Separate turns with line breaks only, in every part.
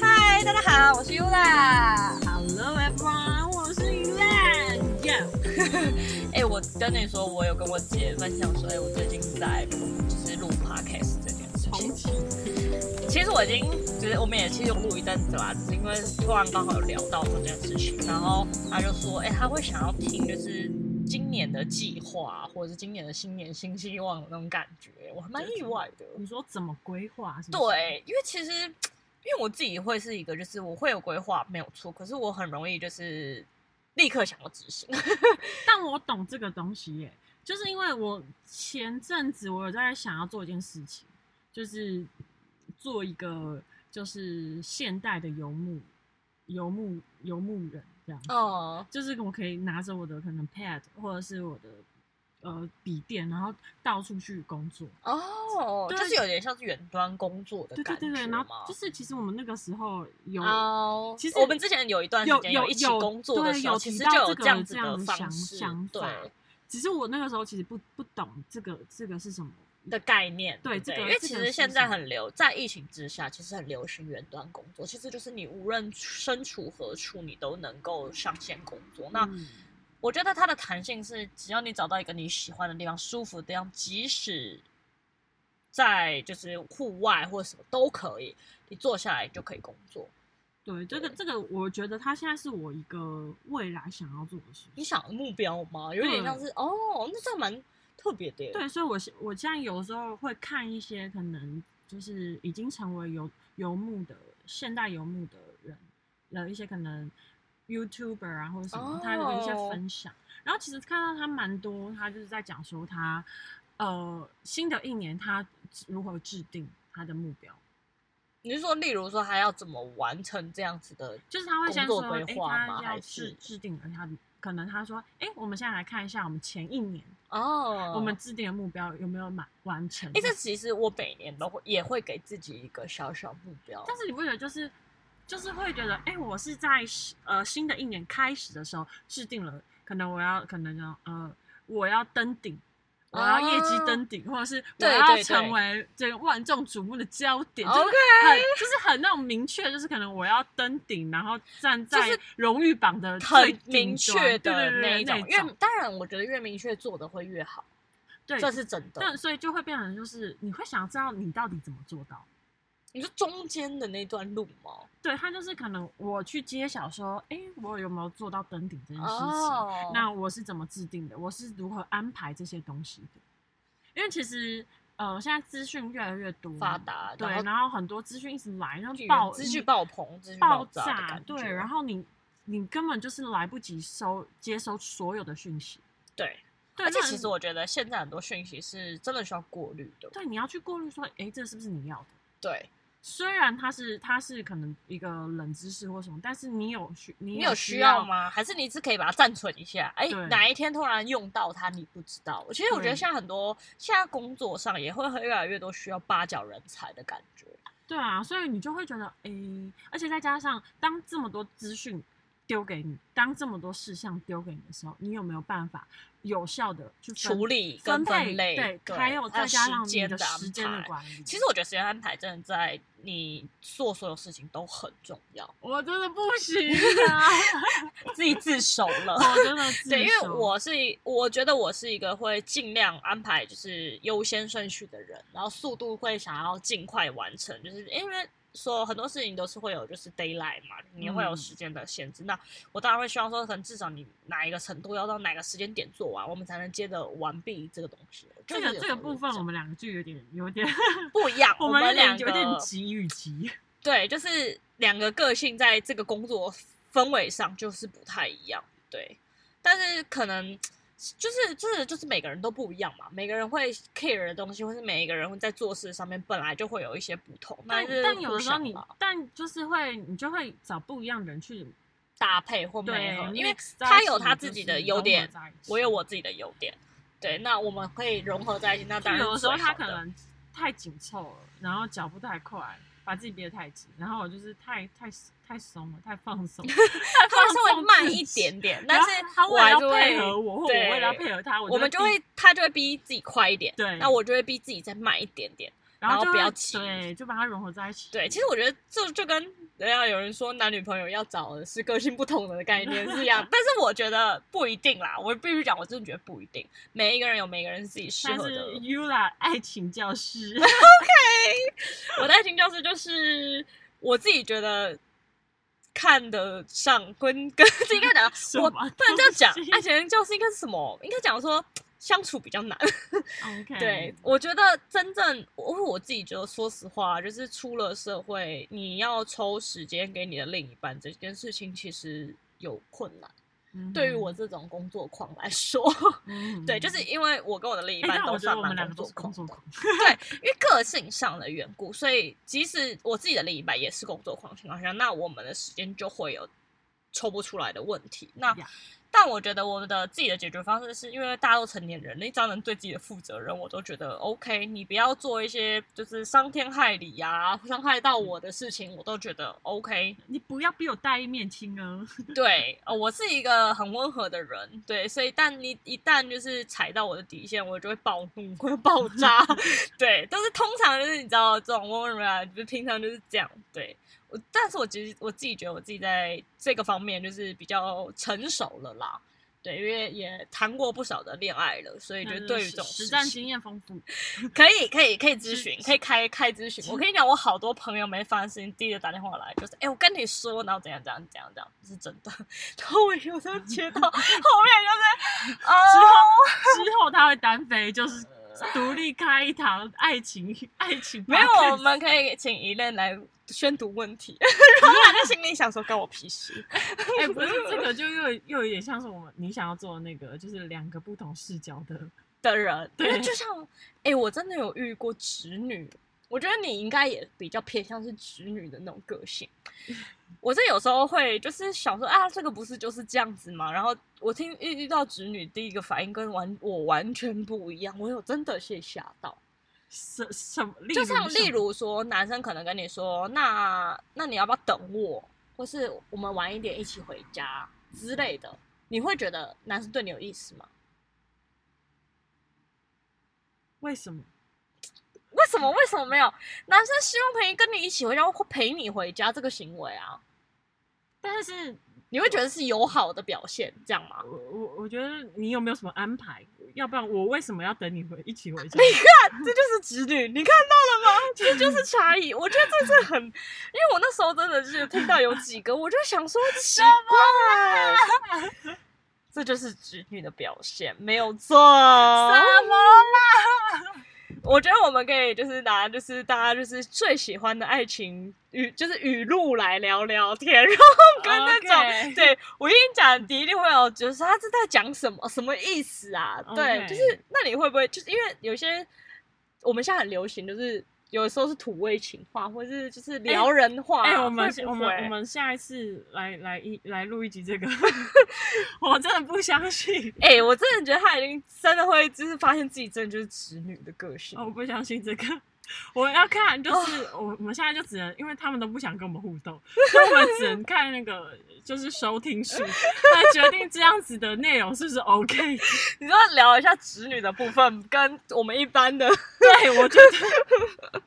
嗨，大家好，我是 Yula。
Hello everyone，我是鱼烂。Go。哎、 我跟你说，我有跟我姐分享说，哎，我最近在就是录 podcast 这件事情。
启，
其实我已经，就是我们也其实有录一阵子啦，只是因为突然刚好有聊到这件事情，然后她就说，哎、她会想要听就是今年的计划，或者是今年的新年新希望的那种感觉，我还蛮意外的。
你说怎么规划？是不是，
对，因为其实因为我自己会是一个，就是我会有规划没有错，可是我很容易就是立刻想要执行。
但我懂这个东西耶，就是因为我前阵子我有在想要做一件事情，就是做一个就是现代的游牧游牧游牧人这样子。
哦，
就是我可以拿着我的可能 pad 或者是我的呃笔电，然后到处去工作。
哦，
对
就是有点像是远端工作的
对对
感觉
对对，然后
吗
就？是其实我们那个时候有、
哦，
其实
我们之前有一段时
有
间
有
一起工作的
对
时候，
有
其
提
实
到
就有
这个
样子
这样
的
子
方
想
式，
想法
对
只是我那个时候其实不不懂这个这个是什么。
的概念。
对
不对，
这
因
个
为
这
其
个
实
是
现
什
在
么
很流，在疫情之下，其实很流行远端工作，其实就是你无论身处何处，你都能够上线工作。那
嗯
我觉得它的弹性是，只要你找到一个你喜欢的地方、舒服的地方，即使在就是户外或者什么都可以，你坐下来就可以工作。
对这个
对
这个，我觉得它现在是我一个未来想要做的事
你
情。
想的目标吗？有点像是哦，那这样蛮特别的耶。
嗯对，所以我现我现在有时候会看一些可能就是已经成为游游牧的现代游牧的人的一些可能 YouTuber 啊或者什么，他有一些
哦
分享。然后其实看到他蛮多，他就是在讲说他呃新的一年他如何制定他的目标，
你是说，例如说，他要怎么完成这样子的？
就是他会先说，
工作
哎、
规划吗
他要
还
制
是
制定了他的可能他说，哎、我们现在来看一下我们前一年、
哦，
我们制定的目标有没有满完成。
哎，这其实我每年都会也会给自己一个小小目标，
但是你不觉得就是就是会觉得，哎、我是在呃新的一年开始的时候制定了，可能我要可能要呃我要登顶。我要业绩
哦
登顶，或者是我
对
要
对
成
对
为这个万众瞩目的焦点
OK
就是很就是很那种明确，就是可能我要登顶，然后站在
就是
荣誉榜的最
很
顶
明
端
确的
对对对
一种。
对那
越当然，我觉得越明确做的会越好，
对，
这是真的。
但所以就会变成就是你会想知道你到底怎么做到。
你说中间的那段路吗？
对他就是可能我去揭晓说，哎，我有没有做到登顶这件事情？
哦，
嗯那我是怎么制定的？我是如何安排这些东西的？因为其实呃，现在资讯越来越多，
发达
嗯对，
然后
然后很多资讯一直来，然后
就
爆
资讯爆棚资讯爆炸的
炸，
感
对，
觉
然后你你根本就是来不及收接收所有的讯息。
对。
对，
而且
那
其实我觉得现在很多讯息是真的需要过滤的，
对你要去过滤说，哎，这是不是你要的？
对
虽然它是它是可能一个冷知识或什么，但是你有需你
你有需
需
要？吗？还是你只可以把它暂存一下？哎
对，
哪一天突然用到它，你不知道。其实我觉
对
得现在很多现在工作上也会越来越多需要八角人才的感觉，
对啊，所以你就会觉得，哎、而且再加上当这么多资讯丢给你，当这么多事项丢给你的时候，你有没有办法有效的去分
处理跟
分配？
分类，
对，还有再加上
时
你
间
的
安
时间的
排
管理。
其实我觉得时间安排真的在你做所有事情都很重 要，
我真的 不行啊，
自己自首了。
我真的自
对，因为
首
我是一，我觉得我是一个会尽量安排就是优先顺序的人，然后速度会想要尽快完成，就是因为说很多事情都是会有就是 d a y l i g h t 嘛，你会有
嗯
时间的限制。那我当然会希望说，可能至少你哪一个程度要到哪个时间点做完，我们才能接着完毕这个东西。就
这
是
个
有
这
时
个
候
部
是
分，
这
我
样
们两个就有点有点，
不一样，
我
我
们有
两
点
个
有点急与急。
对，就是两个个性在这个工作氛围上就是不太一样，对。但是可能就是就是就是每个人都不一样嘛，每个人会 care 的东西，或是每一个人会在做事上面本来就会有一些不同，那
但
就是
但有
互
的时候
相
你
嘛，
但就是会，你就会找不一样的人去
搭配或
对
配合，，因为
mix 在
他
一
有
起
他
就
自己
是
的优
融合
点，
在一起
我有我自己的优点，对，那我们可以融合在一起，那
就
当然
有的
是
时候
最
他
好
可
的
能太紧凑了，然后脚步太快，把自己憋得太紧，然后我就是太太太松了，太放松， 太
他会
放
稍微
松
慢
自
一
己。
点点，
然
但
后
是
他
我
为了
还
要
是会
配合我，或我为了要
对
配合他，
我们就
会
会，他就会逼自己快一点，
对
那我就会逼自己再慢一点点。
然后
后
就
不
会
要急
对，就把它融合在一起。
对，其实我觉得这就跟人家有人说男女朋友要找的是个性不同的概念是一 样，但是我觉得不一定啦。我必须讲，我真的觉得不一定，每一个人有每个人自己适
但
合
是
的。
Yula 爱情 教师，
我的爱情教室就是我自己觉得看得上跟 跟应该讲，
什
我
么
不能这样讲
东西，
爱情教室应该是什么？应该讲说相处比较难。
OK，
对，，我觉得真正我我自己觉得，说实话，就是出了社会，你要抽时间给你的另一半这件事情，其实有困难。
嗯
对于我，这种工作狂来说，
嗯
对，就是因为我跟我的另一
哎，
半
但
都
我觉得
上
我们
班
两个都是工
狂，
作狂，
对，因为个性上的缘故，所以即使我自己的另一半也是工作狂的情况下，那我们的时间就会有抽不出来的问题。那
Yeah
但我觉得我们的自己的解决方式是因为大家都成年人，你只要能对自己的负责任，我都觉得 OK。你不要做一些就是伤天害理呀、伤害到我的事情，我都觉得 OK。
你不要逼我戴一面亲哦。
对，呃，我是一个很温和的人，对，所以但你一旦就是踩到我的底线，我就会暴怒， 会爆炸，对，都是通常就是你知道这种温文尔雅，就是平常就是这样，对我，但是我其实我自己觉得我自己在这个方面就是比较成熟了啦，对，因为也谈过不少的恋爱了，所以就
那
是
就
对于
实
这种
实
事
战
情
经验丰富，
可以可以可以咨
是
询，
是
可以开开咨询。我跟你讲，我好多朋友没发生事情，第一个打电话来就是，哎、我跟你说，然后怎样怎样怎样怎样，是真的。 然后我有时候接 到后面就是，哦、
之后之后他会单飞，就是独立开一堂爱情爱情 podcast。
没有，我们可以请一任来宣读问题。 然后我在心里想说，关我屁事。
哎、不是这个，就又又有点像是我们你想要做的那个，就是两个不同视角的。
的人，因
对
为就像，哎、我真的有遇过直女，我觉得你应该也比较偏向是直女的那种个性。
嗯
我这有时候会就是想说啊，这个不是就是这样子吗？然后我听遇遇到直女，第一个反应跟完我完全不一样，我有真的是吓到。
什什么？
就像
什么
例如说，男生可能跟你说，那那你要不要等我，或是我们晚一点一起回家之类的，你会觉得男生对你有意思吗？
为什么？
为什么？为什么没有？男生希望陪跟你一起回家，或陪你回家这个行为啊，
但是
你会觉得是友好的表现，这样 吗？
我我我觉得你有没有什么安排？要不然我为什么要等你回一起回 家？
这就是直女，你看到了吗？这就是差异。我觉得这是很， 因为我那时候真的是听到有几个，我就想说奇
啊
怪， 这就是直女的表现，没有错。
什么
我觉得我们可以就是拿就是大家就是最喜欢的爱情语就是语录来聊聊天，然后跟 那种
OK
对我跟你讲，你一定会有就是他是在讲什么什么意思啊？对
OK
就是那你会不会就是因为有些我们现在很流行，就是有的时候是土味情话，或是就是撩人话，啊
哎、我们
会不
我
会
们我们下一次来来一来录一 集这个，我真的不相信，
哎、我真的觉得他已经真的会就是发现自己真的就是直女的个性。
哦我不相信这个。我要看，就是
哦
我我们现在就只能，因为他们都不想跟我们互动，所以我们只能看那个就是收听数来决定这样子的内容是不是 OK。
你知道聊一下直女的部分，跟我们一般的。
对，我觉得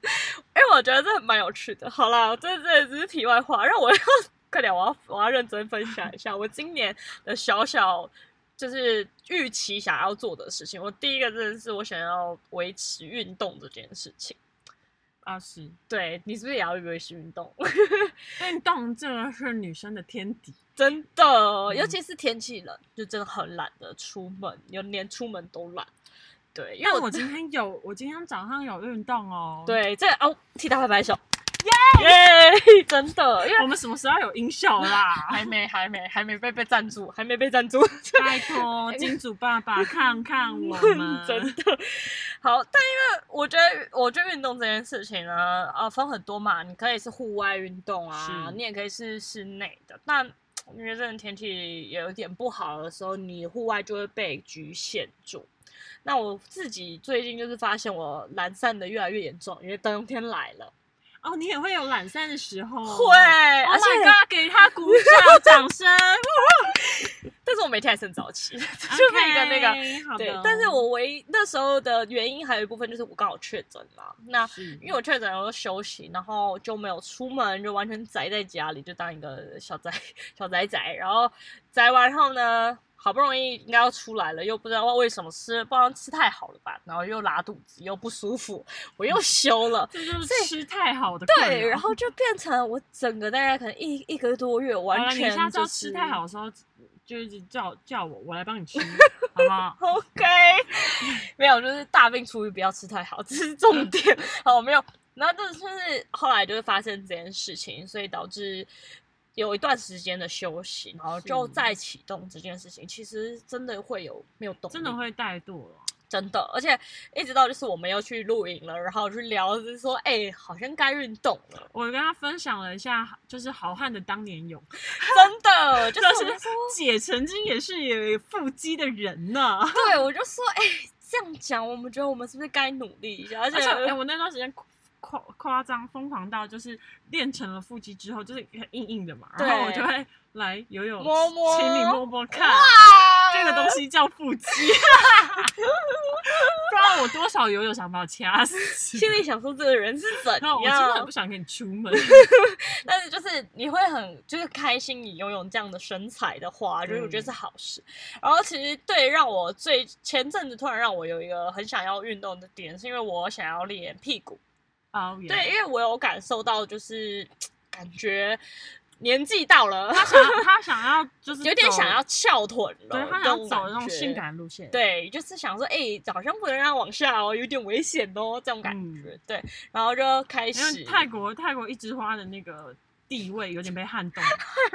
哎、我觉得这蛮有趣的。好啦，这这只是题外话，让我要 快点，我要我要认真分享一下我今年的小小就是预期想要做的事情。我第一个真的是我想要维持运动这件事情。
啊是，
对你是不是也要维持运动？
运动这个是女生的天敌。
真的，尤其是天气冷，就真的很懒得出门，有连出门都懒。对，因为
但
我
我今天有，我今天早上有运动哦。，
对这哦，替他拍拍手，耶 耶，真的，因为
我们什么时候要有音效啦？
还没还没还没被被赞助，还没被赞助。
拜托，金主爸爸看看我 们。
真 的好，但因为我觉得，我觉得运动这件事情呢，啊，分很多嘛，你可以是户外运动啊，
是
你也可以是室内的。但因为这阵天气也有点不好的时候，你户外就会被局限住。那我自己最近就是发现我懒散的越来越严重，因为冬天来了，
哦，你也会有懒散的
哦
时候。哦
会，而
Oh
且
my god！给他鼓掌，掌声。
但是我每天还是很早起， 就是一个那个。
OK，好的
对，但是我唯一那时候的原因还有一部分就是我刚好确诊嘛，那
是
因为我确诊我就休息，然后就没有出门，就完全宅在家里，就当一个小宅小宅宅。然后宅完后呢，好不容易应该要出来了，又不知道为什么吃，不知道吃太好了吧，然后又拉肚子，又不舒服，我又休了。
这就是
所以
吃太好的 困
对，
扰
然后就变成我整个大概可能一一个多月
好
完
了，
全、
你下次
就
要
是、
吃太好的时候，就是叫叫我，我来帮你吃，好不好？
OK，没有，就是大病初愈，不要吃太好，这是重点。
嗯
好，没有。然后这就是后来就是发生这件事情，所以导致有一段时间的休息，然后就是再启动这件事情，其实真的会有没有动力，
真的会怠惰了。
真的，而且一直到就是我们又去露营了，然后去聊，就是说，哎、好像该运动了，
我跟他分享了一下，就是好汉的当年勇，
真 的，就
但
是
是
我就说，
姐曾经也是有腹肌的人呢、
对，我就说，哎、这样讲，我们觉得我们是不是该努力一下？而且
而且，哎、我那段时间夸夸夸张疯狂到，就是练成了腹肌之后，就是硬硬的嘛，然后我
对
就会来游泳，
摸摸
请你摸摸看，这个东西叫腹肌， 不然我多少游泳想把我掐 死。
心里想说这个人是 怎
然后哦我真的很
样
不，想跟你出 门，
但是就是你会很就是开心，你拥有这样的身材的话，就是我觉得是好事。
嗯
然后其实对让我最前阵子突然让我有一个很想要运动的点，是因为我想要练屁股，
哦耶
对，因为我有感受到就是感觉年纪到了，
他想他想要就 是
有点
走
想要，翘臀了，
对他想
这
要
种
走那种
感觉
性。感路线，，
对，就是想说，哎、好像不能让它往下哦，有点危险哦，这种感
嗯
觉。对，然后就开
因为
始
泰国泰国一枝花的那个地位有点被撼动，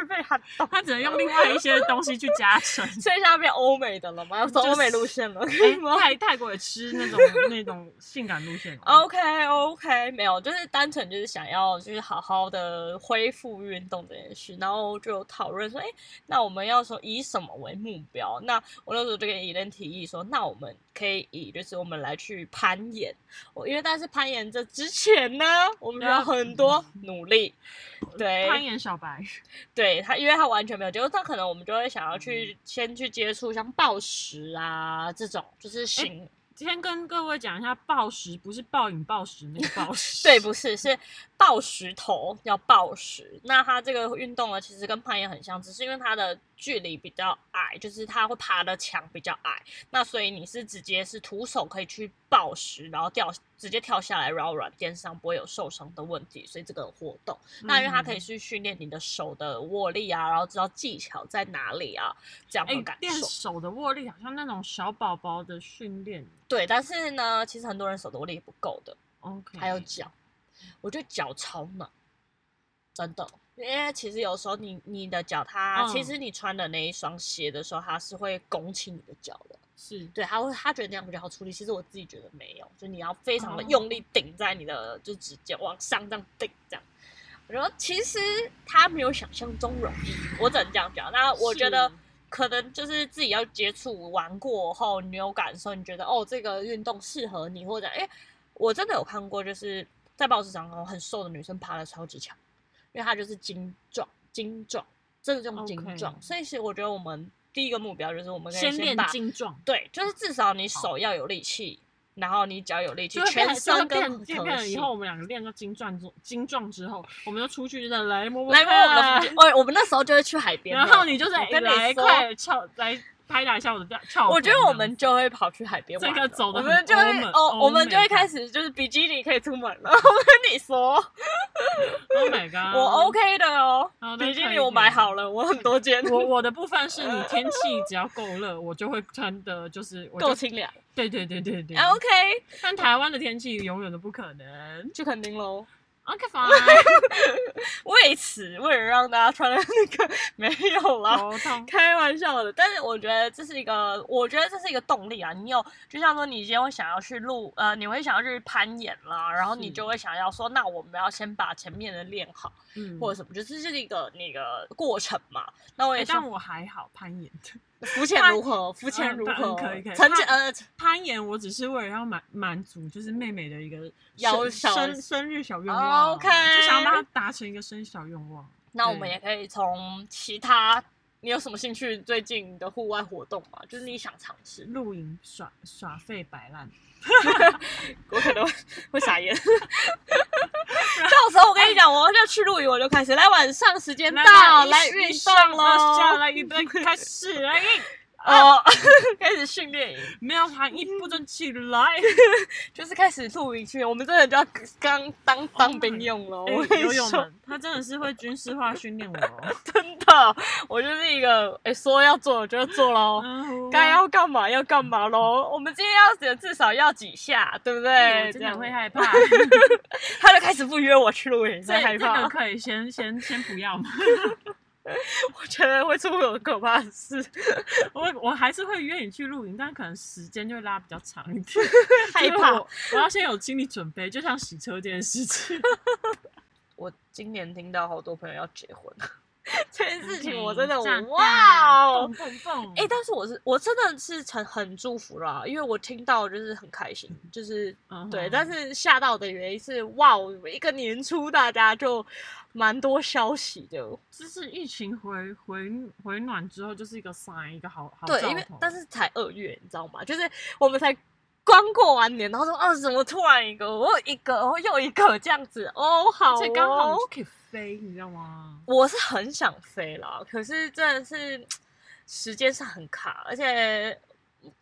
被他动
他只能用另外一些东西去加成。
所以现在变欧美的了吗？要走
就是
欧美路线了， 可以
哎
吗
泰泰国也吃那 种那种性感路线哦，
？OK OK，没有，就是单纯就是想要就是好好的恢复运动这件事，然后就有讨论说，哎、那我们要说以什么为目标？那我那时候就跟伊莲提议说，那我们可以以就是我们来去攀岩，我因为但是攀岩这之前呢，我们需要很多努力，对，
啊攀岩小白，
对他，因为他完全没有接触，但可能我们就会想要去、
嗯
先去接触像暴食啊这种，就是行，
先跟各位讲一下，暴食不是暴饮暴食那个暴 食，
对，不是是暴石头，要暴食。那他这个运动呢，其实跟攀岩很像，只是因为它的距离比较矮，就是他会爬的墙比较矮，那所以你是直接是徒手可以去暴食，然后掉直接跳下来，然后软垫上不会有受伤的问题，所以这个活动。那因为它可以
嗯。
去训练你的手的握力啊，然后知道技巧在哪里啊，这样
哎
的感，
练
受。
手的握力好像那种小宝宝的训练。
对，但是呢，其实很多人手的握力不够的，
OK，
还有脚，我觉得脚超难，真的。因为其实有时候你你的脚它，
嗯
其实你穿的那一双鞋的时候，它是会拱起你的脚的。
是
对，他会他觉得那样比较好处理，其实我自己觉得没有，就你要非常的
哦
用力顶在你的就指尖往上这样顶这样。我觉得其实他没有想象中容易，我只能这样讲。那我觉得
是
可能就是自己要接触玩过后，你有感受，你觉得哦这个运动适合你，或者哎，我真的有看过，就是在报纸上哦很瘦的女生爬的超级强，因为她就是精壮精壮，真的这种精
OK
壮。所以其实我觉得我们第一个目标就是我们可以
先练
把
精壮，
对，就是至少你手要有力气，然后你脚有力气
就，会变
全
就会
身跟
变
核
就变了。以
心。
后我们两个练到精壮之精壮之后，我们就出去就在来摸摸
来摸我们的
看啊
腹肌，我我们那时候就会去海边，
然后你就是哎
我跟你
来
说
快翘来拍打一下我的吊翘臀。
我觉得我
这
们
样
就会跑去海边玩了，
这个走得
我
很
们就
欧
会
美
哦，我
欧
们
美
就会
感
开始就是比基尼可以出门了。我 跟你说，
，Oh my god，
我 OK 的哦
好，的
比基
可
尼
以
我买
的
好了，我很多件，
我我的部分是你天气只要够热，我就会穿的，就 是我就嗯
够清凉。
对对对对对。
啊 OK，
但台湾的天气永远都不可能。
去垦丁喽。
OK fine，
为此，为了让大家穿的 那个没有啦，
头痛。
开玩笑的，但是我觉得这是一个，我觉得这是一个动力啊。你有，就像说你今天会想要去录，呃，你会想要去攀岩啦，然后你
是
就会想要说，那我们要先把前面的练好，
嗯
或者什么，就是这是一个那个过程嘛。那我
哎
也
但
想，
我还好，攀 岩。
浮潜如何？浮潜如何？
嗯可以可以
曾经
那
呃，
攀岩，我只是为了要满满足就是妹妹的一个
要
生
小
生生日小愿望啊
OK
就想要帮她达成一个生日小愿望。
那我们
对
也可以从其他你有什么兴趣最近的户外活动吗？就是你想尝试，
露营耍耍废摆烂，
我可能会会傻 眼。到时候我跟你讲，我要去露营，我就开始来晚上时间到，来运动
下
喽，
来运动啊开始来运，
哦，开始训练营。
没有喊一不准起 来，
就是开始露营去，我们真的就要刚当当兵用了。我
哦哎
跟
游
你
泳
说，
们，他真的是会军事化训练我哦，
真的，我就是一个哎、说要做我就做 喽，
嗯
该要干嘛要干嘛喽。我们今天要至少要几下，对不
哎
对？
我
这
真
样
的会害怕，
他就开始不约我去露营，
这
在害
这
怕
个。可以先先先不要嘛，
我觉得会出很可怕的事，
我我还是会约你去露营，但可能时间就会拉比较长一点，
害
所以
怕
我。我要先有心理准备，就像洗车这件事情，
我今年听到好多朋友要结 婚，这件 事情我真的
炸弹
哇哦！
蹦蹦蹦，
哎、但是我是我真的是很很祝福啦，因为我听到就是很开心，就是
但
对，但是吓到的原因是哇，我一个年初大家就蛮多消息的，
就是疫情回回回暖之后，就是一个 sign，一个好好
对，
兆
因为
头
但是才二月，你知道吗？就是我们才刚过完年，然后说啊，怎么突然一个，我有一个，哦又一个这样子，哦，好
而且刚好
哦
你就可以飞，你知道吗？
我是很想飞啦，可是真的是时间上很卡，而且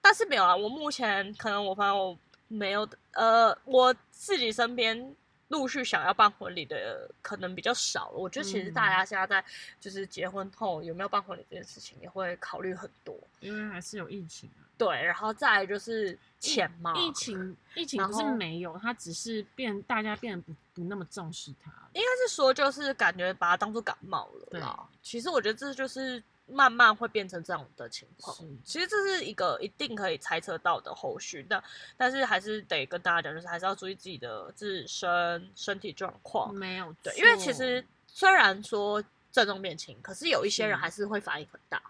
但是没有啊，我目前可能我反正我没有呃，我自己身边陆续想要办婚礼的可能比较少了。我觉得其实
嗯
大家现在在就是结婚后有没有办婚礼这件事情也会考虑很多，
因为还是有疫情啊。
对，然后再来就是钱嘛，
疫情疫情
哦然
不是
后
没有，它只是变大家变得不不那么重视它了。
应该是说就是感觉把它当做感冒了
对
啦。其实我觉得这就是慢慢会变成这样的情况
是。
其实这是一个一定可以猜测到的后续，但但是还是得跟大家讲，就是还是要注意自己的自身身体状况。
没有
对，因为其
嗯错嗯
实虽然说症状变轻，可是有一些人
是
还是会反应很大。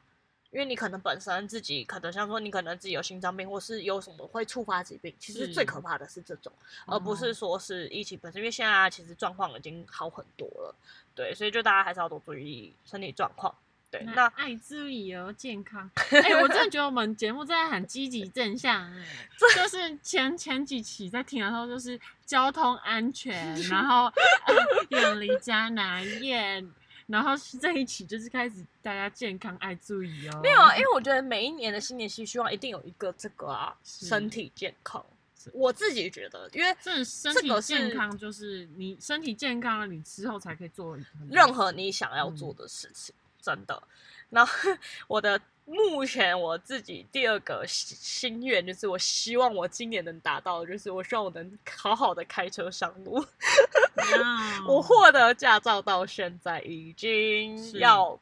因为你可能本身自己可能像说你可能自己有心脏病，或是有什么会触发疾病，其实
是
最可怕的是这种。而不是
嗯哦
说是疫情本身，因为现在其实状况已经好很多了，对，所以就大家还是要多注意身体状况。对，
那
那
爱之以而健 康。哎、我真的觉得我们节目真的很积极正 向、哎，就是前前几期在听的时候，就是交通安全，然后呃远离渣男厌。然后这一期就是开始大家健康爱注意哦。
没有啊，因为我觉得每一年的新年新希望一定有一个这个啊，
是
身体健康
是。
我自己觉得，因为
这身
这
体
个
健
是
康就是你身体健康了，你之后才可以做很多
任何你想要做
嗯
的事情，真的。然后我的目前我自己第二个心心愿就是，我希望我今年能达到，的就是我希望我能好好的开车上路。
嗯哇
我获得驾照到现在已经
是
要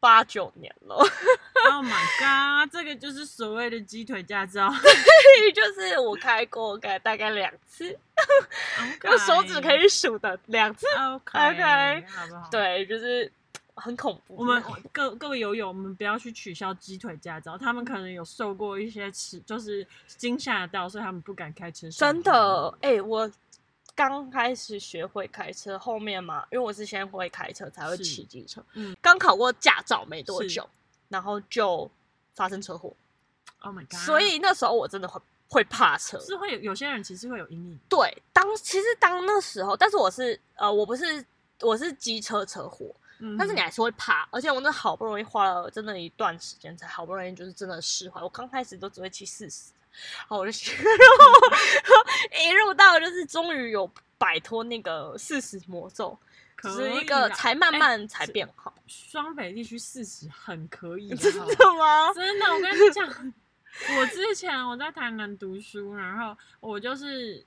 八九年了，
Oh my god，这个就是所谓的鸡腿驾照。
所以就是我开过大大概两次，
OK
用手指可以数的两次。
OK
OK，
好不好？
对，就是很恐怖。
我们各各位友友，我们不要去取消鸡腿驾照，他们可能有受过一些吃，就是惊吓到，所以他们不敢开车上
真
路。
的，哎、我刚开始学会开车，后面嘛，因为我是先会开车才会
是
骑机车。
嗯
刚考过驾照没多
是
久，然后就发生车祸，
，Oh my god！
所以那时候我真的会会怕车。
是会有有些人其实会有阴影，
对，当其实当那时候，但是我是呃，我不是我是机车车祸，
嗯
但是你还是会怕，而且我那好不容易花了真的一段时间，才好不容易就是真的释怀。我刚开始都只会骑四十，然后我就骑，然后 一路到就是终于有摆脱那个四十魔咒，只
可
是一
以
个
啦
才慢
哎
慢才
是
变好，
双北地区四十很可以，
真
好不好
的吗？
真的，我跟你讲，我之前我在台南读书，然后我就是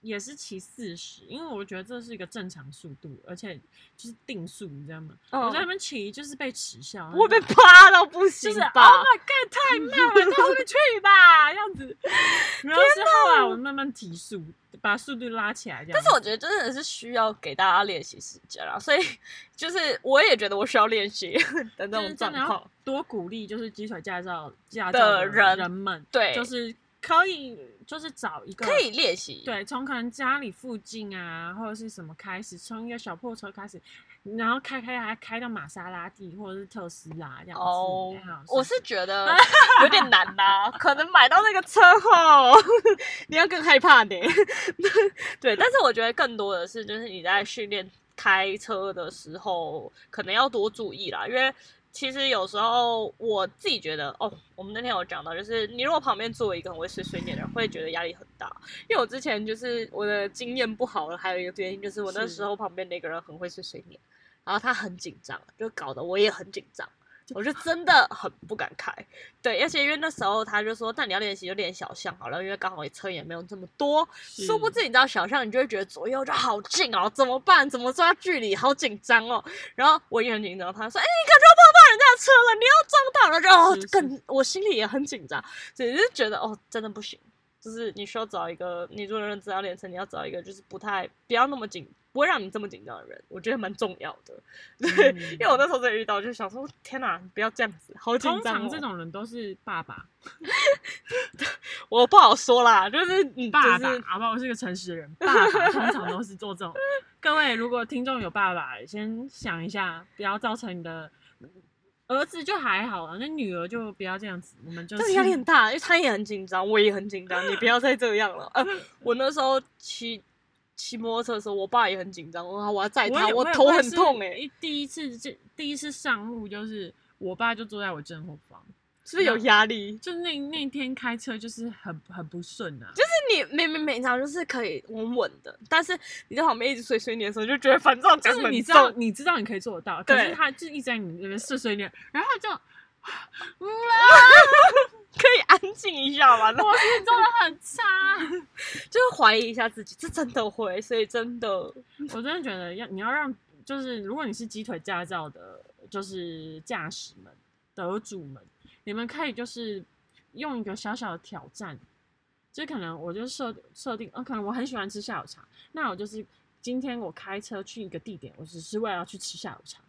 也是骑四十，因为我觉得这是一个正常速度，而且就是定速，你知道吗？
嗯
我在那边骑就是被耻笑，
我被
然后
趴到不
就
行
是 Oh
吧？
my God，太慢 了，到后面去吧，这样子。然后是后啊来我慢慢提速，把速度拉起来，这样
但
子。
是我觉得真的是需要给大家练习时间啦，所以就是我也觉得我需要练习 的那
就是
种
真
状
的要
况。
多鼓励，就是鸡腿驾照驾照
的
的
人
人们，
对，
就是可以，就是找一个
可以练习。，
对，从可能家里附近啊，或者是什么开始，从一个小破车开始，然后开开还开到玛莎拉蒂或者是特斯拉这样子。
哦
还好，
我
是
是觉得有点难啦、可能买到那个车后， 你要更害怕呢。对，但是我觉得更多的是，就是你在训练开车的时候，可能要多注意啦，因为。其实有时候我自己觉得，哦，我们那天有讲到，就是你如果旁边坐一个很会碎碎念的人，会觉得压力很大。因为我之前就是我的经验不好了，还有一个原因就是我那
是
时候旁边那个人很会碎碎念，然后他很紧张，就搞得我也很紧张。我是真的很不敢开，对，而且因为那时候他就说，那你要练习就练小巷好了，因为刚好车也没有这么多，
是
殊不知你知道小巷，你就会觉得左右就好近哦，怎么办？怎么抓距离？好紧张哦。然后我也很紧张，他说，哎、你可就要碰到人家的车了，你要撞到了，
是
然后
是
更我心里也很紧张，只是觉得哦，真的不行，就是你需要找一个，你如果认真要练成，你要找一个就是不太不要那么紧，不会让你这么紧张的人，我觉得蛮重要的。 对，
嗯
因为我那时候真的遇到，就想说天哪，你不要这样子，好紧
通
张、哦。
常这种人都是爸爸，
我不好说啦，就是你
爸
就
爸，
是
好不好？我是个诚实 的人，爸爸通常都是做这种。各位，如果听众有爸爸，先想一下，不要造成你的儿子就还好了，那女儿就不要这样子。我们就
这
是
个压力很大，因为他也很紧张，我也很紧张，你不要再这样了。 呃，我那时候骑骑摩托车的时候，我爸也很紧张，我我要载他，
也
我
也
头
也
很
是
痛哎、
一第一次这第一次上路就是我爸就坐在我正后方，
是不是有压力？
就那那天开车就是很很不顺啊，
就是你明明平常就是可以稳稳的，但是你在旁边一直碎碎念的时候，就觉得烦躁
就
感
是
很
你知道
重。
你知道你可以做得到，可是
对
他就一直在你那边碎碎念，然后就
可以安静一下吗？那
我是做的很差。
就是怀疑一下自己，这真的会，所以真的
我真的觉得要你要让，就是如果你是鸡腿驾照的，就是驾驶们、得主们，你们可以就是用一个小小的挑战，就可能我就设设定，呃，可能我很喜欢吃下午茶，那我就是今天我开车去一个地点，我只是为了要去吃下午茶。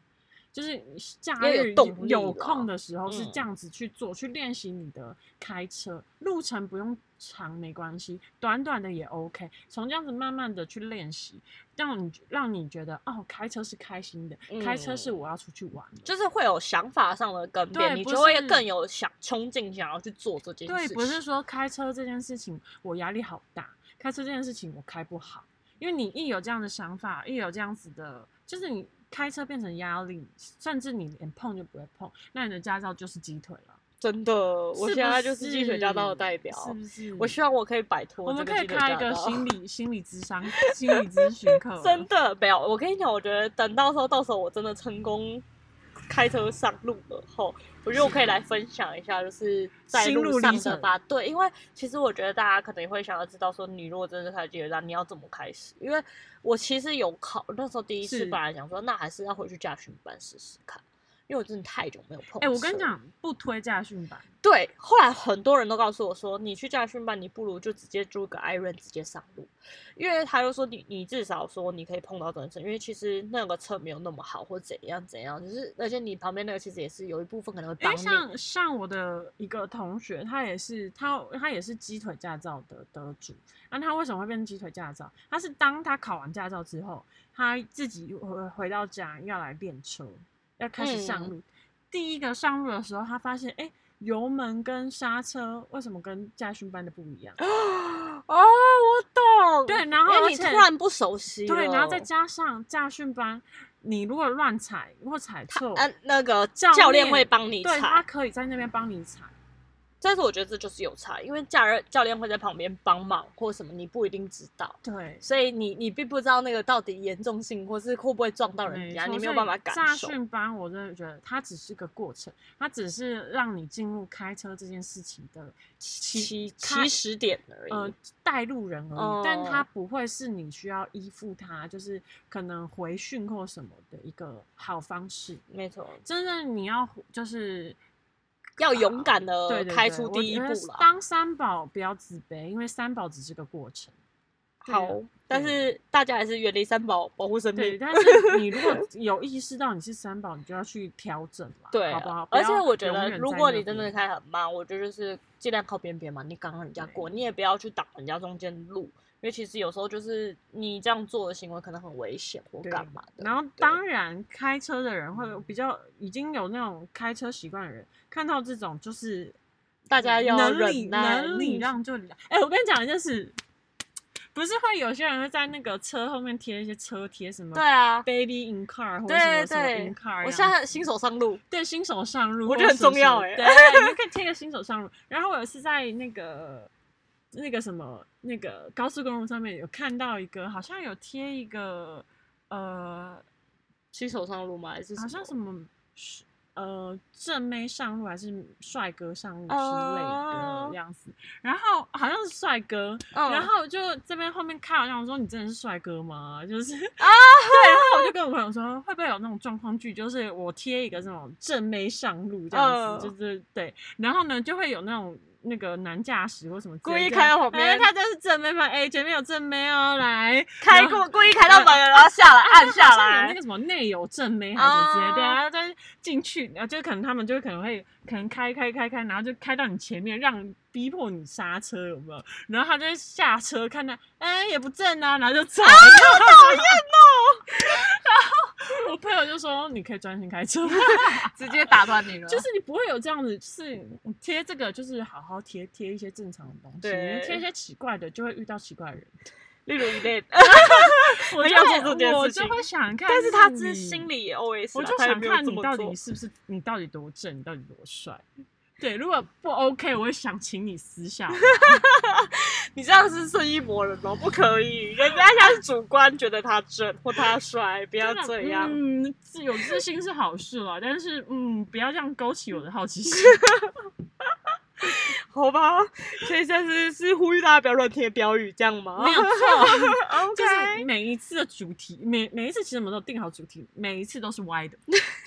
就是假
要有
日
动力
有
啦
空的时候是
嗯
这样子去做，去练习你的开车路程不用长没关系，短短的也 OK。从这样子慢慢的去练习，让你让你觉得哦，开车是开心的，开车是
嗯
我要出去玩的，
就是会有想法上的更变，
对
你
不
就会
是
更有想冲劲，想要去做这件
对
事，情。
不是说开车这件事情我压力好大，开车这件事情我开不好，因为你一有这样的想法，一有这样子的，就是你开车变成压力，甚至你连碰就不会碰，那你的驾照就是鸡腿了。
真的，我
是
现
不
在就是鸡腿驾照的代表。
是不是？
我希望我可以摆脱
嗯我们
这
可以
鸡腿
开一
驾
个
照，
心理心理咨商、心理咨询课
真 的没有，我跟你讲，我觉得等到时候，到时候我真的成功开车上路了后，我觉得我可以来分享一下，就是在
心路
路
历
上的
程
吧。对，因为其实我觉得大家可能也会想要知道，说你如果真的开捷运站，你要怎么开始？因为我其实有考，那时候第一次
是
本来想说，那还是要回去驾训班试试看，因为我真的太久没有碰。
哎、我跟你，讲，不推驾训班，
对，后来很多人都告诉我说，你去驾训班，你不如就直接租个 Iron 直接上路，因为他就说你你至少说你可以碰到专车，因为其实那个车没有那么好或怎样怎样，就是而且你旁边那个其实也是有一部分可能会
因
帮
为
你，
像像我的一个同学，他也是他他也是鸡腿驾照的得主。那他为什么会变成鸡腿驾照？他是当他考完驾照之后，他自己回回到家要来练车，要开始
嗯
上路。第一个上路的时候，他发现哎、诶油门跟刹车为什么跟驾训班的不一样？
哦，我懂，
对然后
因为
而
你突
且
然不熟悉哦了，
对，然后再加上驾训班，你如果乱踩或踩错，
嗯、那个
教
教练
练
会帮你
对
踩，
他可以在那边帮你踩。
但是我觉得这就是有差，因为教练教练会在旁边帮忙或什么，你不一定知道。
对，
所以你你并不知道那个到底严重性，或是会不会撞到人家，
错
你没有
所以
办法感
驾
受。
训班我真的觉得它只是个过程，它只是让你进入开车这件事情的
起
开
起始点而已。
呃带路人而已，但
哦
它不会是你需要依附它，就是可能回训或什么的一个好方式。
没错，
真正你要就是
要勇敢
对
的
对
呃开
对
出
我
第一
觉
步
得
啦。
当三宝不要自卑，因为三宝只是个过程。对
好，但是大家还是远离三宝，保护生
对，
命。
但是你如果有意识到你是三宝，你就要去调整嘛，
对啊
好不好？不
而且
要
我觉
永
得，
远
如
在
果
那
你真的
边
开很慢，我觉得就是尽量靠边边嘛，你刚刚人家过，你也不要去挡人家中间的路，因为其实有时候就是你这样做的行为可能很危险或
对
干嘛的。
然后
对
当然，开车的人会比较已经有那种开车习惯的人，看到这种就是
大家要
能
忍
礼
耐
能礼让就礼让。哎、我跟你讲一件事，不是会有些人会在那个车后面贴一些车贴什么？
对啊，
Baby in car 或者什
对
么什么
对
in car，
我
这
现
样
在新手上路，
对新手上路，
我觉得很重要
哎、
欸
对，你就可以贴个新手上路。然后我有一次在那个那个什么那个高速公路上面有看到一个，好像有贴一个呃，
新手上路吗？还是
好像什
么
么呃正妹上路还是帅哥上路之
哦
类的样子。然后好像是帅哥，
嗯
然后就这边后面看，我想说你真的是帅哥吗？ 就是
啊
对，然后我就跟我朋友说，会不会有那种状况剧，就是我贴一个这种正妹上路这样子，
嗯
就是对，然后呢就会有那种。那个男驾驶或什么之
故
类
意
的
开到旁边
哎他就是正妹嘛，哎、前面有正妹哦，来，
开过故意开到门了，然后下来
他
按
们
下
哎好像有那
来
个，什么内有正妹还是什么之类的，对
哦
啊，但是进去，然后就可能他们就可能会可能开开开开，然后就开到你前面，让逼迫你刹车，有没有？然后他就会下车看到，哎、也不正啊，然后就走了。好讨厌
啊
哦！然后我朋友就说：“你可以专心开车吗，
直接打断你了。
就是你不会有这样子，就是贴这个，就是好好贴贴一些正常的东西，
对
你贴一些奇怪的，就会遇到奇怪的人。
例如一 类，
我就
要做
会
这件事
我就
情
会想看，
但是他
之
之心里也 always，
我
啦
就
他也
想
没有
看
这
你
么
到
做
底是不是你到底多正，你到底多帅。对，如果不 OK，我会想请你 私下我。
你这样是顺义博人哦，不可以，人家家是主观觉得他正或他帅，不要
真的
这样。
嗯，自有自信是好事啦，但是嗯，不要这样勾起我的好 奇心。
好吧，所以这是是呼吁大家不要乱贴标语，这样吗
没有错，
哦？OK，
就是每一次的主题，每每一次其实我们都有定好主题，每一次都是歪的。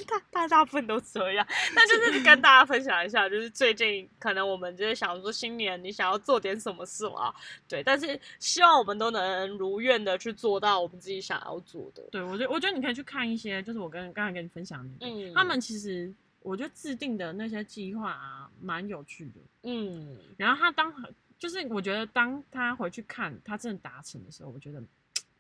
大大大部分都这样。那就是跟大家分享一下，就是最近可能我们就是想说新年你想要做点什么事嘛，对，但是希望我们都能如愿的去做到我们自己想要做的。
对我觉得，我觉得你可以去看一些，就是我跟刚才跟你分享的那个，
嗯，
他们其实我觉得制定的那些计划啊，蛮有趣的。
嗯，
然后他当就是我觉得当他回去看他真的达成的时候，我觉得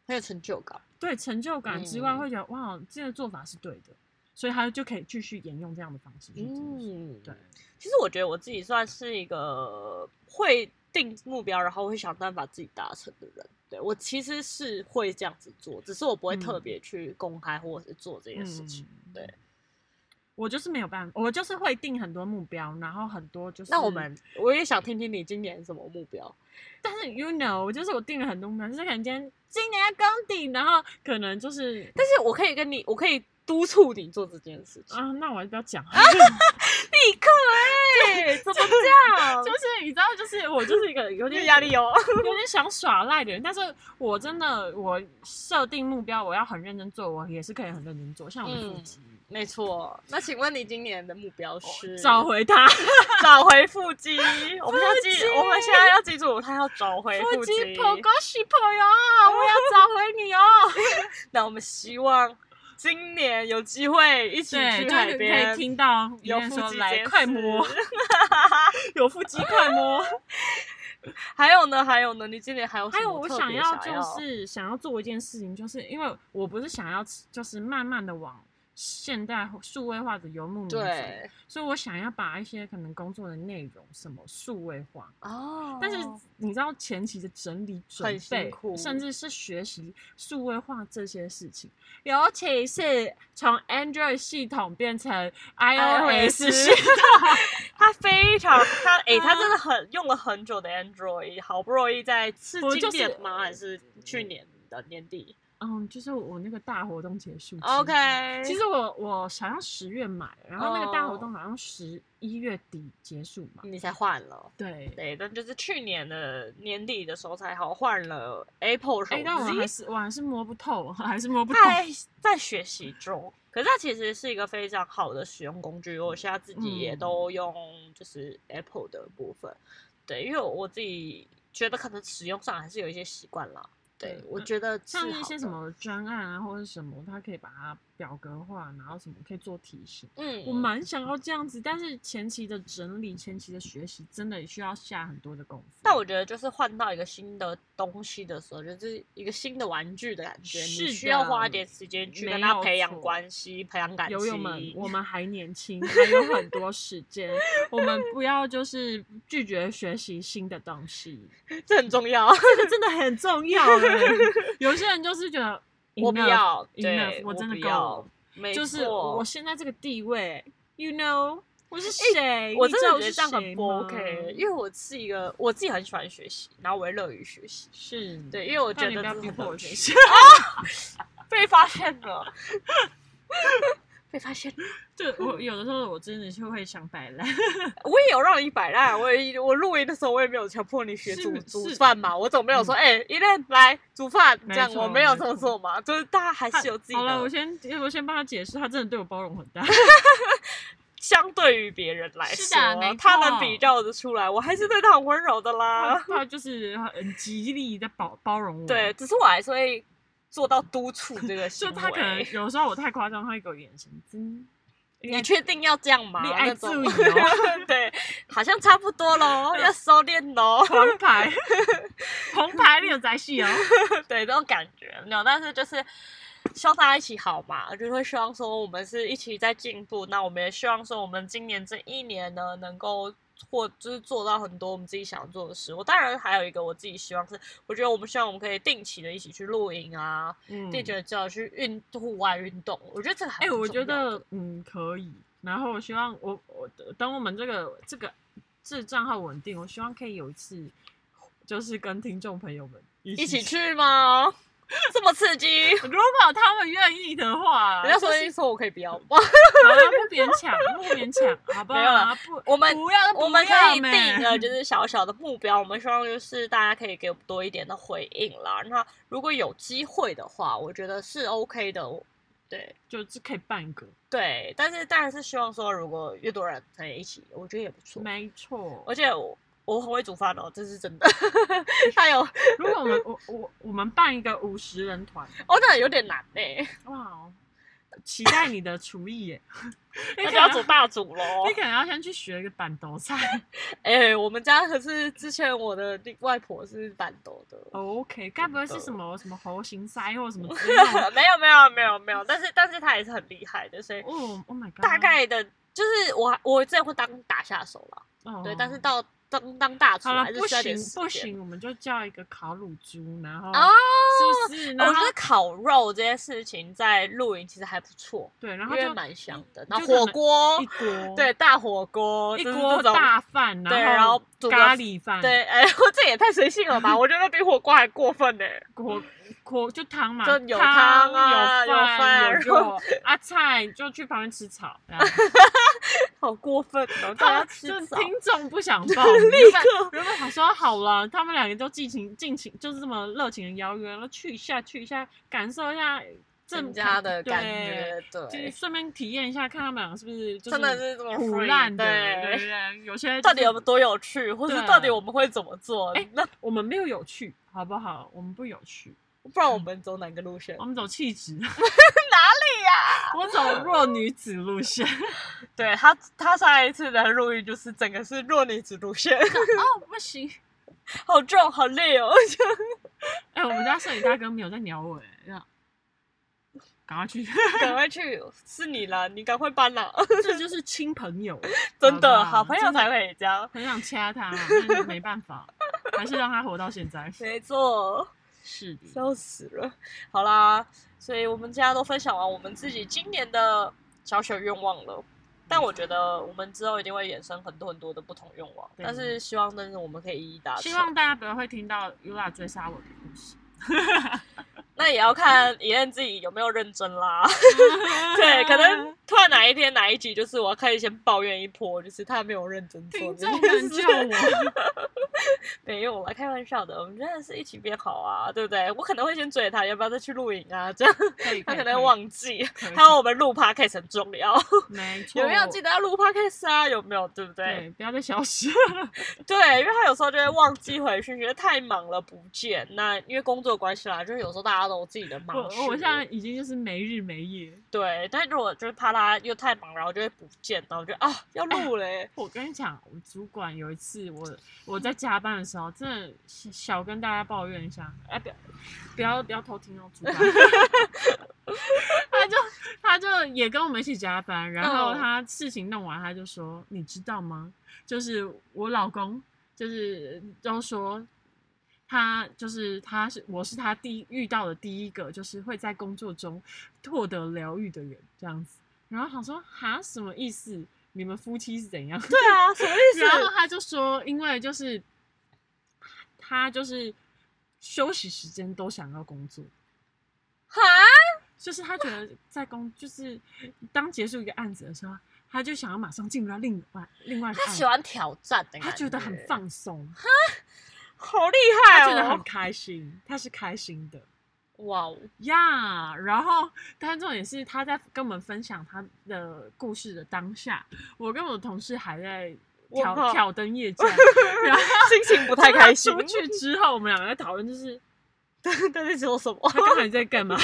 很有成就感。
对成就感之外，
嗯
会觉得哇，这个做法是对的，所以他就可以继续沿用这样的方式去做事。
嗯，
对，
其实我觉得我自己算是一个会定目标，然后会想办法自己达成的人。对我其实是会这样子做，只是我不会特
嗯
别去公开或者是做这件事情。
嗯
对。
我就是没有办法，我就是会定很多目标，然后很多就是。
那我们我也想听听你今年什么目标？
但是 you know，就是我定了很多目标，就是可能今天今年要攻顶，然后可 能就是
但是我可以跟你，我可以督促你做这件事情。
啊，那我还是不要 讲。
立刻哎、怎么这样？
就是你知道，就是我就是一个有
有
点
点压力哦。
有点想耍赖的人，但是我真的我设定目标，我要很认真做，我也是可以很认真做，像我的
嗯
腹肌，
没错，那请问你今年的目标是
找 回它，
找回腹肌？我们要
腹
记
肌，
我们现在要记住，他要找回
腹
肌。
肌跑过去跑哟，我要找回 你哦。
那我们希望今年有机会一起
对，
去
就
海
是可
边，
以听到里
有
面
腹
说
肌
来
这件
快
事
摸，有腹肌快摸。
还有呢，还有呢，你今年还有什
还有
么
我
特
想
别
要
想
就是想要做一件事情，就是因为我不是想要就是慢慢的往现代数位化的游牧民族，
对
所以我想要把一些可能工作的内容什么数位化。
哦，
但是你知道前期的整理准
很辛
备
苦，
甚至是学习数位化这些事情，尤其是从 Android 系统变成 iOS 系统，
他非常他哎、他
啊
真的很用了很久的 Android，好不容易在是
我
今
就是
年吗？还是去年的年底
嗯，就是我那个大活动结束之后
？OK，
嗯其实我我好像十月买，然后那个大活
哦嗯
动好像十一月底结束嘛。
你才换了。
对，
对，但就是去年的年底的时候才好换了 Apple 手
哎、
机，
但我还是我还是摸不透，还是摸不透。
他还在学习中，可是它其实是一个非常好的使用工具。我现在自己也
嗯
都用，就是 Apple 的部分，对，因为我自己觉得可能使用上还是有一些习惯啦。对
对，
我
嗯
觉得是
像一
好
些
的
什么专案啊，或者什么，它可以把它表格化，然后什么可以做提醒。
嗯，
我蛮想要这样子，但是前期的整理、前期的学习，真的需要下很多的功夫。
但我觉得就是换到一个新的东西的时候，就是一个新的玩具的感觉，
是
你
的
需要花一点时间去跟
没有
他培养
错
关系、培养感情。
友友们，我们还年轻，还有很多时间，我们不要就是拒绝学习新的东西，
这很重要。
这个真的很重要欸。有些人就是觉得
我不
enough
要，对
enough，，我真的
不
够
要
了，，
没错，
就是我现在这个地位，you know，我是谁？
我
你
真
知道
的
我
觉
是
得这样很
谁
不
吗
OK，因为我是一个我自己很喜欢学习，然后我也乐于学习。
是
对，因为我
那
觉
你
得
不要
这
逼
很
迫
有
我学
趣
习。
啊被发现 了，被发现了。
对
嗯
我有的时候我真的就会想摆烂，
我也有让你摆烂，我也我录音的时候我也没有强迫你学
是
煮
是嗯
煮饭嘛，我总没有说哎，一人来煮饭这样，
没错
我没有
没
这
错
么做嘛，就是大家还是有自己
好了，我
的。
先我先帮他解释，他真的对我包容很大。
相对于别人来
是
说
的没，
他能
错
比较的出来，我还是对他很温柔的
他
啦。
他就是很极力的包包容我。
对，，只是我还是会做到督促这个行
就
为。
他可能 有时候我太夸张，他会给我眼神，嗯真
你确定要这样吗？
恋爱
那种
自由，
对，好像差不多喽，要收敛喽
黄牌，红牌你有宅系哦。
对，这种感觉没有，但是就是希望大家一起好嘛，就是会希望说我们是一起在进步，那我们也希望说我们今年这一年呢，能够或就是做到很多我们自己想做的事。我当然还有一个我自己希望是，我觉得我们希望我们可以定期的一起去露营啊，
嗯
定期的就要去运户外运动，我觉得这个还
哎、
蛮
我觉
重要的
得嗯可以。然后我希望我我呃等我们这个这个这账号稳定，我希望可以有一次，就是跟听众朋友们一
一起
去。
去吗？ 这么刺激！
如果他们愿意的话，
人家
就
说
是
一说我可以不要吗？
好啦不勉强，不勉强，好不好？
没有啦
不，
我们
不要，
我们可以
不要
定一个
咩
就是小小的目标，我们希望就是大家可以给我们多一点的回应啦。那如果有机会的话，我觉得是 OK 的，哦对
就是可以办一个，
对。但是当然是希望说，如果越多人可以一起，我觉得也不错。
没错。
而且我我很会煮饭哦，这是真的。 还有，
如果我们我我我们办一个五十人团，
哦，那有点难呢、
哇哦，期待你的厨艺耶！
那
你可
就要
能
煮哦大煮喽。
你可能要先去学一个板豆菜。
哎、我们家可是之前我的另外婆是板豆的。
哦 OK，该不会是
真的
什么什么猴形塞或什么之类 的？
没有没有没有没有，但是但是他也是很厉害的，所以
哦，Oh my god！
大概的，就是我我真的会当打下手了，
哦
对，但是到当当大厨
好了
还，是
不
需要
行
点时间
不行，我们就叫一个烤乳猪，然后
啊。
是不是？然
我
后
觉得烤肉这件事情在露营其实还不错，
对，然
因
后
为
就
蛮香的。
就
然后
可能
火锅
一，锅，
对，大火锅，
一
就是
锅
这种
大饭，
对然
后
后煮个
咖喱饭，
对，哎， 这也太随性了吧！我觉得比火锅还过 分呢。
锅锅就汤嘛，
就有
汤
汤啊
有
有
饭
饭
有
然
肉啊菜，就去旁边吃草。 这样
好过分哦！ 大家吃
就是
早，
听众不 想报，
立
原本
刻
原本想说好了，他们两个都尽情尽情，就是这么热情的邀约，然后去一下去一下，感受一下
增
正
加的感。
对
觉，
就是
对，
顺便体验一下，看他们两个是不是就
真的是这么
苦
free，
烂的，对
对
不对？有些就是
到底有多有趣，或是
对
到底我们会怎么做？
哎
那
我们没有有趣，好不好？我们不有趣，
不然我们走哪个路线
我？们走气质，
对呀、哦
我走弱女子路线。
对他，他上一次的录音就是整个是弱女子路线，
哦，不行，
好重，好累哦。
哎、我们家摄影大哥没有在鸟我、哎，让赶快去，
赶快去，是你啦，你赶快搬啦，
这就是亲朋友，
真的，
好
好
不好
朋友才会这样。
很想掐他，啊但是没办法，还是让他活到现在。
没错，
是的，
笑死了。好啦，所以我们今天都分享完我们自己今年的小小愿望了。但我觉得我们之后一定会衍生很多很多的不同愿望，
对
但是希望真的我们可以一一达成。
希望大家不要会听到 Ula 追杀我的故事。
那也要看以燕自己有没有认真啦。对，可能突然哪一天哪一集，就是我要开始先抱怨一波，就是他没有认真做
听
这
众
件
们
事
叫。我，
没有啦，开玩笑的，我们真的是一起变好啊，对不对？我可能会先追他，要不要再去露营啊？这样
可以
他
以
可能
以
会忘记。
可以
还有我们录 podcast 很重要，
没错，
有没有记得要录 podcast 啊？有没有？对不对？
对，不要再 消失了。
对，因为他有时候就会忘记回去，觉得太忙了不见。那因为工作关系啦，就是有时候大家都有自己的忙
我
事。
我现在已经就是没日没夜。
对，但如果就是怕他又太忙，然后就会不见，然后就啊要录嘞。
我跟你讲，我主管有一次我我在加班的时候，真的小小跟大家抱怨一下，哎、不要不要不要偷听哦，主管。 他就他就也跟我们一起加班，然后
嗯
他事情弄完，他就说：“你知道吗？就是我老公，就是都说他就是他是我是他第一遇到的第一个，就是会在工作中获得疗愈的人，这样子。”然后想说：“哈，什么意思？你们夫妻是怎样？”
对啊，什么意
然后
思？
他就说，因为就是他就是休息时间都想要工作，
哈，
就是他觉得在工就是当结束一个案子的时候，他就想要马上进入到另外另外一个
他
案
喜
子，
欢挑战的感
他觉得很，放松，
好厉
他
害
觉得很
哦！
开心，他是开心的。
哇哦，
呀然后，但重点是他在跟我们分享他的故事的当下，我跟我的同事还在
我
挑
靠
挑灯夜 战，然后
心情不太开心
出。去之后，我们两个在讨论，就是
他在说什么？
他刚才在干 嘛？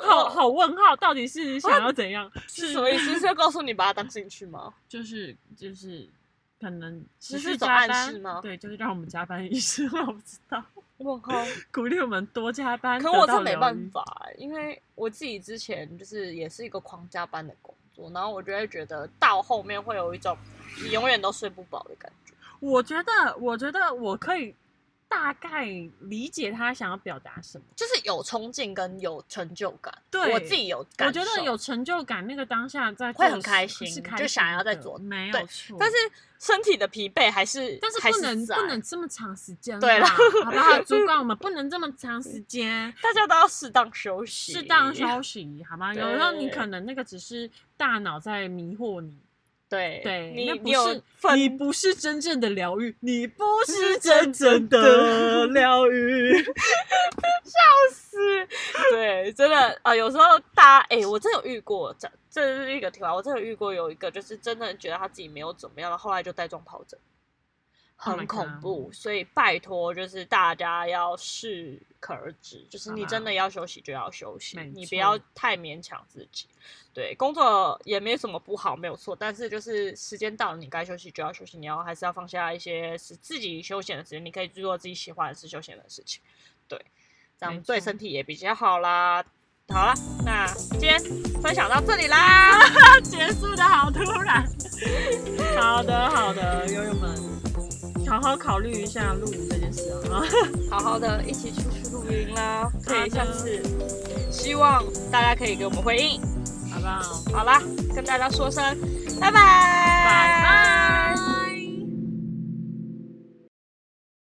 好好问号，到底是想要怎样？
是什么意思？是要告诉你把它当兴趣吗？
就是就是，可能持
这是
续
一种
加
暗
班
示吗
对，就是让我们加班意识，我不知道，
我靠！
鼓励我们多加班。
可我
得到
真没
疗
办
愈，
法，因为我自己之前就是也是一个狂加班的工作，然后我就会觉得到后面会有一种你永远都睡不饱的感觉。
我觉得，我觉得我可以大概理解他想要表达什么。
就是有冲劲跟有成就感，
对
我自己有感
我
受，
觉得有成就感，那个当下在
会
做
很
是
开
是
心
开
就想要
心
再
的
做
没
对
有错。
但是身体的疲惫还是，
但是
还
不能
在
不能，这么长时间啦，
对啦
好不好？主管，我们不能这么长时间，
大家都要适当休息，
适当休息，好 吗？
对
有时候你可能那个只是大脑在迷惑你，
对
对，
你
那
你
不
有
是
分
你不是真正的疗愈，你不是真正 的疗愈。
是，对，真的啊，有时候大家，哎、我真的有遇过，这这是一个题外，我真的有遇过有一个，就是真的觉得他自己没有怎么样，后来就带状疱疹，
Oh my
很恐
God
怖，所以拜托，就是大家要适可而止，就是
好
你
啦
真的要休息就要休息
啊没，
你不要
错
太勉强自己。对，工作也没什么不好，没有错，但是就是时间到了，你该休息就要休息，你要还是要放下一些是自己休闲的时间，你可以去做自己喜欢的事、休闲的事情。对，这
没
样
错
对身体也比较好啦。好啦，那今天分享到这里啦。
结束的好突然。好的，好的，友友们，好好考虑一下录影这件事啊。
好好的一起出去露营啦，可以
好
下
的
次，希望大家可以给我们回应。
好不好？
好啦，跟大家说声拜拜，拜
拜拜。